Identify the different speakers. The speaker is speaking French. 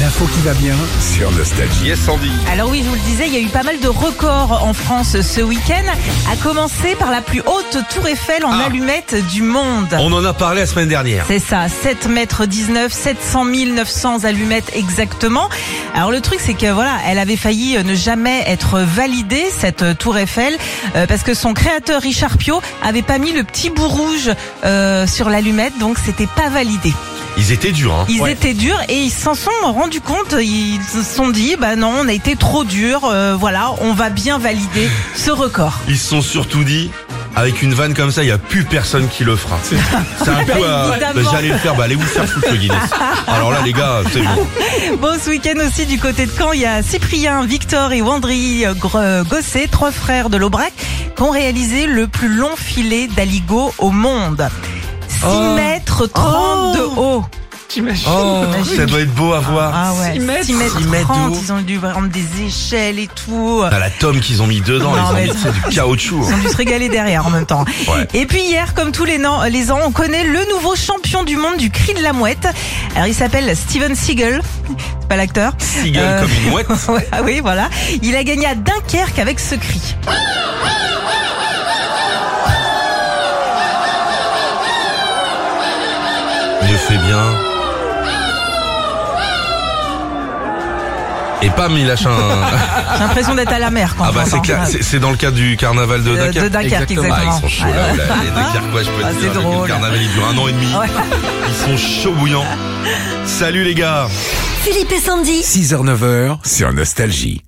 Speaker 1: L'info qui va bien sur Nostalgie.
Speaker 2: Yes, Sandy.
Speaker 3: Alors oui, je vous le disais, il y a eu pas mal de records en France ce week-end, à commencer par la plus haute tour Eiffel en
Speaker 2: Ah. Oh.
Speaker 3: allumettes du monde.
Speaker 2: On en a parlé la semaine dernière.
Speaker 3: C'est ça, 7 mètres 19, 700 900 allumettes exactement. Alors le truc c'est que voilà, elle avait failli ne jamais être validée cette euh, tour Eiffel euh, parce que son créateur Richard Pio avait pas mis le petit bout rouge euh, sur l'allumette donc c'était pas validé.
Speaker 2: Ils étaient durs, hein.
Speaker 3: Ils étaient durs et ils s'en sont rendus compte. Ils se sont dit, bah non, on a été trop durs. euh, voilà, on va bien valider ce record.
Speaker 2: Ils se sont surtout dit, avec une vanne comme ça, il n'y a plus personne qui le fera. C'est un peu à...
Speaker 3: Évidemment.
Speaker 2: bah, J'allais le faire, bah allez vous faire foutre le Guinness. Alors là, les gars, c'est bon.
Speaker 3: Bon, ce week-end aussi, du côté de Caen, il y a Cyprien, Victor et Wandry euh, Gre- euh, Gosset, trois frères de l'Aubrac, qui ont réalisé le plus long filet d'aligot au monde. 6
Speaker 2: Oh.
Speaker 3: mètres 30 de haut.
Speaker 4: T'imagines
Speaker 2: Oh,
Speaker 3: Imagine.
Speaker 2: ça doit être beau à voir.
Speaker 3: Ah ouais,
Speaker 4: Six
Speaker 3: 6
Speaker 4: mètres.
Speaker 3: mètres,
Speaker 2: Six mètres de
Speaker 3: 30,
Speaker 2: haut.
Speaker 3: ils ont dû prendre des échelles et tout.
Speaker 2: T'as la tome qu'ils ont mis dedans,
Speaker 3: Non,
Speaker 2: ils ont
Speaker 3: mais-
Speaker 2: mis tu sais, du caoutchouc.
Speaker 3: Ils ont dû se régaler derrière en même temps.
Speaker 2: Ouais.
Speaker 3: Et puis hier, comme tous les ans, les ans, on connaît le nouveau champion du monde du cri de la mouette. Alors il s'appelle Steven Seagal, c'est pas l'acteur.
Speaker 2: Seagull
Speaker 3: Euh,
Speaker 2: comme une mouette.
Speaker 3: Ouais, ah oui, voilà. Il a gagné à Dunkerque avec ce cri.
Speaker 2: Il le fait bien. Et pam, il lâche un...
Speaker 3: J'ai l'impression d'être à la mer quand
Speaker 2: Ah bah
Speaker 3: j'entends.
Speaker 2: c'est clair, c'est c'est dans le cadre du carnaval de
Speaker 3: Euh,
Speaker 2: Dakar.
Speaker 3: de Dunkerque,
Speaker 2: Ah,
Speaker 3: exactement.
Speaker 2: ils sont chauds là, oh là, les Dunkerquois, je peux
Speaker 3: Ah,
Speaker 2: te dire.
Speaker 3: c'est
Speaker 2: avec Le
Speaker 3: drôle.
Speaker 2: carnaval il dure un an et demi.
Speaker 3: Ouais.
Speaker 2: Ils sont chauds bouillants. Salut les gars.
Speaker 5: Philippe et Sandy.
Speaker 1: 6h-9h sur Nostalgie.